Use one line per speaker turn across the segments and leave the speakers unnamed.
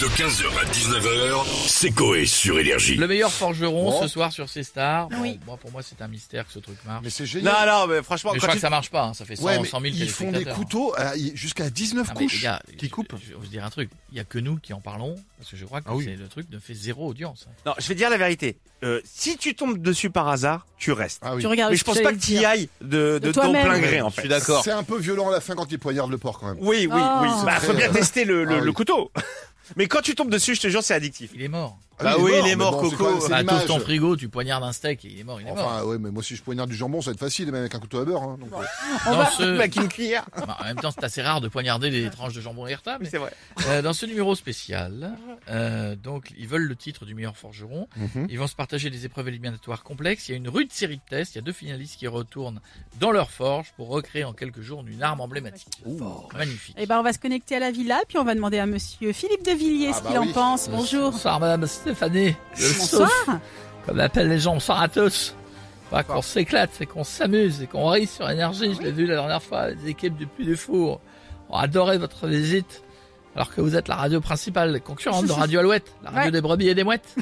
De 15h à 19h, c'est Coé sur Énergie.
Le meilleur forgeron
Bon.
ce soir sur ces stars. Bon,
Oui.
moi, pour moi, c'est un mystère que ce truc marche.
Ah, Mais
Mais,
c'est génial.
Non, non, mais franchement,
je
quand
crois
tu-
que ça marche pas. hein. Ça fait 100,
Ouais, mais
100 000
ils font des
téléspectateurs.
couteaux à- y- jusqu'à 19
Non, mais les
couches
gars,
qui
je-
coupent.
Je, je vais vous dire un truc. Il y a que nous qui en parlons parce que je crois que
Ah oui.
c'est le truc ne fait zéro audience.
non, je vais dire la vérité. Euh, si tu tombes dessus par hasard, tu restes.
Ah oui.
Tu regardes
mais
ce
je pense
j'allais
pas que
te
tu
dire.
y ailles de, de,
De
ton
toi-même.
plein gré, en
Je
fait.
suis d'accord.
C'est un peu violent à la fin quand ils poignardent le porc quand même.
Oui, oui,
Oh.
oui.
C'est
Bah,
très,
faut bien
euh,
tester le, le-
ah oui.
le couteau. Mais quand tu tombes dessus, je te jure, c'est addictif.
Il est mort.
Ah
Bah oui, il est
mais
mort,
bon, c'est
Coco.
quand même- c'est
Bah, t'ouvres
l'image.
ton frigo, tu poignardes un steak et il est mort. Il est mort.
Enfin, ouais, mais moi, si je poignarde du jambon, ça va être facile, même avec un couteau à beurre. hein, donc, euh.
Dans ce...
Avec une cuillère.
Bah, en même temps, c'est assez rare de poignarder des tranches de jambon irritable.
C'est vrai.
Euh, dans ce numéro spécial, euh, donc ils veulent le titre du meilleur forgeron.
Mhm.
Ils vont se partager des épreuves éliminatoires complexes. Il y a une rude série de tests. Il y a deux finalistes qui retournent dans leur forge pour recréer en quelques jours une arme emblématique. Magnifique.
Eh ben, on va se connecter à la villa, puis on va demander à monsieur Philippe de Villiers
Ah
ce
bah
qu'il en
oui.
pense. ben, Bonjour.
Bonsoir Madame Stéphanie. Le
Bonsoir.
souffle, comme appellent les gens, bonsoir à tous. Pas qu'on s'éclate, c'est qu'on s'amuse et qu'on rit sur énergie. Je l'ai vu la dernière fois, avec les équipes du Puy du Four ont adoré votre visite. Alors que vous êtes la radio principale concurrente de Radio Alouette, la radio
Ouais.
des brebis et des mouettes.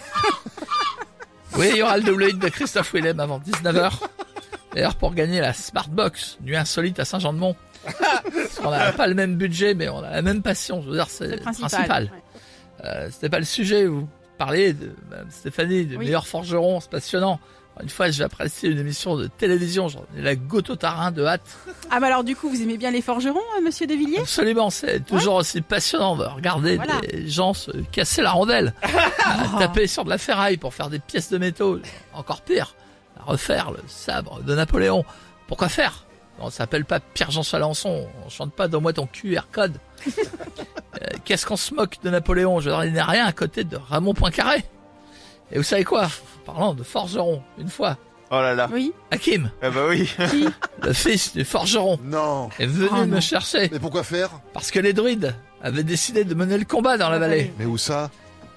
oui, il y aura le double hit de Christophe Willem avant 19h. D'ailleurs, pour gagner la Smartbox, nuit insolite à Saint-Jean-de-Mont. Parce qu'on n'a pas le même budget, mais on a la même passion. Je veux dire, c'est
C'est le principal.
principal.
Ouais.
Euh, c'était pas le sujet. Vous parliez de Mme Stéphanie, du
Oui.
meilleur forgeron, c'est passionnant. Une fois, j'ai apprécié une émission de télévision, genre la Goto Tarin de hâte.
Ah, bah alors, du coup, vous aimez bien les forgerons, hein, monsieur de Villiers
Absolument, c'est toujours aussi passionnant de regarder
Voilà.
les gens se casser la rondelle, à taper sur de la ferraille pour faire des pièces de métaux. Encore pire, à refaire le sabre de Napoléon. Pourquoi faire On s'appelle pas Pierre-Jean Salançon, on chante pas Donne-moi ton QR code. Euh, Qu'est-ce qu'on se moque de Napoléon Je veux dire, il n'est rien à côté de Ramon Poincaré. Et vous savez quoi Parlant de forgeron, une fois,
Oh là là.
Oui.
Hakim,
Ah bah oui.
Qui
le fils du forgeron,
Non.
est venu
Oh
me
non.
chercher
Mais pourquoi faire
parce que les druides avaient décidé de mener le combat
Ah,
dans la vallée.
Mais où ça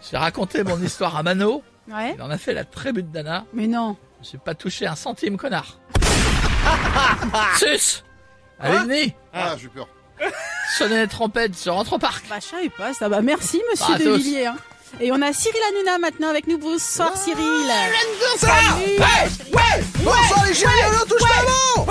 J'ai raconté mon histoire à Mano,
Ouais.
il en a fait la tribu de Dana,
Mais non.
je suis pas touché un centime, connard. Sus Allez, venez
Ah, j'ai peur.
Sonnez les trompettes, je rentre au parc
Bah, je savais pas ça. Bah, merci, monsieur
Bah, à
de
tous.
Villiers. hein. Et on a Cyril Hanouna maintenant avec nous. Bonsoir, Cyril. Salut.
Bonsoir les chéris, on touche pas bon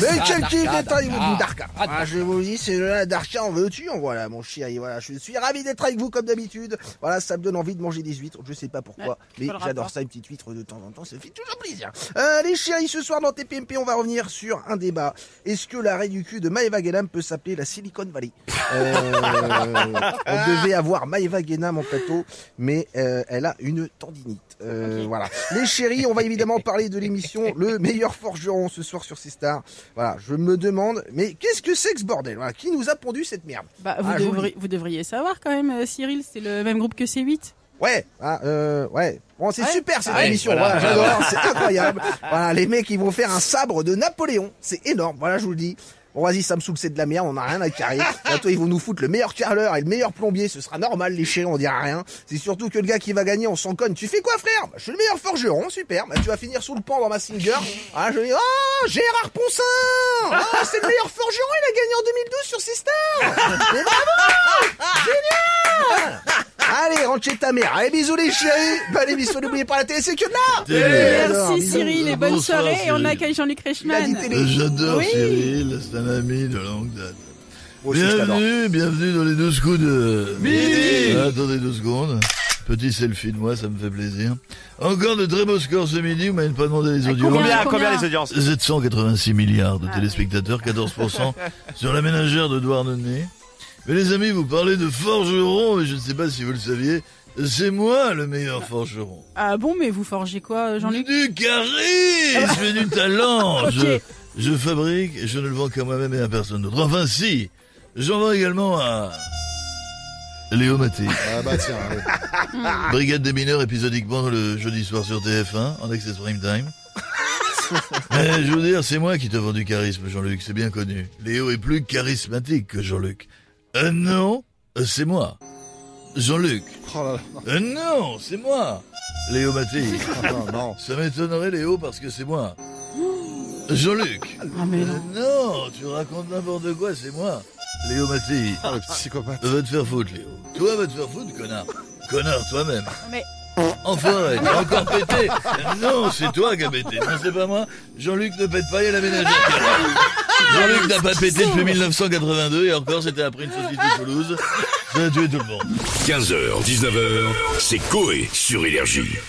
Mais quel
Ah,
petit
Darka,
détail,
Darka.
mon Darka
Ah,
Ah, Je vous dis, c'est le la Darka en veux-tu en Voilà, mon chéri, voilà, je suis ravi d'être avec vous comme d'habitude. Voilà, ça me donne envie de manger des huîtres, je sais pas pourquoi, mais
pas le rapport.
j'adore ça, une petite huître de temps en temps, ça fait toujours plaisir. Euh, les chéris, ce soir dans TPMP, on va revenir sur un débat. Est-ce que l'arrêt du cul de Maeva Guélam peut s'appeler la Silicon Valley Euh, On devait avoir Maeva Guélam en plateau, mais euh, elle a une tendinite. Euh, Voilà. Les chéris, on va évidemment parler de l'émission Le meilleur forgeron ce soir sur ces stars. Voilà, je me demande, mais qu'est-ce que c'est que ce bordel Voilà, Qui nous a pondu cette merde
Bah, vous,
Ah, joli.
devriez, vous devriez savoir quand même, euh, Cyril, c'est le même groupe que C8.
Ouais, ah, euh, ouais. Bon, c'est
Ouais.
super cette
Ouais,
émission.
voilà.
Voilà, j'adore, c'est incroyable. voilà, les mecs, ils vont faire un sabre de Napoléon. C'est énorme. Voilà, je vous le dis. Bon, vas-y, ça me saoule, c'est de la merde, on n'a rien à carrer. Bientôt, ils vont nous foutre le meilleur carreleur et le meilleur plombier. Ce sera normal, les chéris, on dira rien. C'est surtout que le gars qui va gagner, on s'en conne. Tu fais quoi, frère Bah, Je suis le meilleur forgeron, super. Bah, tu vas finir sous le pan dans ma singer. Ah, je vais dire, ah, Gérard Poncin Ah, c'est le meilleur forgeron, il a gagné en 2012 sur Sister Allez, rentre chez ta mère. Allez, bisous les chéris. Bah, l'émission, n'oubliez pas la télé, c'est que de là Alors,
Merci
bisous.
Cyril et bonne
Bonsoir,
soirée. Et on
Cyril.
accueille Jean-Luc
Il a dit
Reichmann.
télé.
Euh, J'adore
Oui.
Cyril, c'est un ami de longue date.
Moi aussi, je l'adore.
Bienvenue, bienvenue dans les 12 coups de... Midi Attendez deux secondes. Petit selfie de moi, ça me fait plaisir. Encore de très beaux scores ce midi, vous m'avez pas demandé les audios.
Combien,
combien
combien les audiences
786 milliards de
Ah,
téléspectateurs, 14% sur la ménagère de Douarnenez. Mais les amis, vous parlez de forgeron, mais je ne sais pas si vous le saviez, c'est moi le meilleur forgeron.
Ah bon, mais vous forgez quoi, Jean-Luc Ah.
Du charisme et du talent
Ok.
je, je fabrique et je ne le vends qu'à moi-même et à personne d'autre. Enfin si, j'en vends également à... Léo Maté,
Ah, bah tiens. ouais.
Ah.
brigade des mineurs épisodiquement le jeudi soir sur TF1 en access prime time. Mais je veux dire, c'est moi qui te vends du charisme, Jean-Luc, c'est bien connu. Léo est plus charismatique que Jean-Luc. Euh, non, euh, c'est moi. Jean-Luc.
Oh là là.
Euh, non, c'est moi. Léo Maté.
Ah, non, non.
Ça m'étonnerait, Léo, parce que c'est moi. Jean-Luc.
Ah mais non.
Euh, non, tu racontes n'importe quoi, c'est moi. Léo Mattei.
Ah, le psychopathe.
Va te faire foutre, Léo. Toi, va te faire foutre, connard. Connard, toi-même.
Ah, Mais- Ah,
Enfin, t'as encore pété. Non, c'est toi qui as pété. Non, c'est pas moi. Jean-Luc ne pète pas, il a la ménagère. Jean-Luc n'a pas pété depuis 1982 et encore c'était après une société de Toulouse. Ça a tué tout le monde.
15h, 19h, c'est Coé sur Énergie.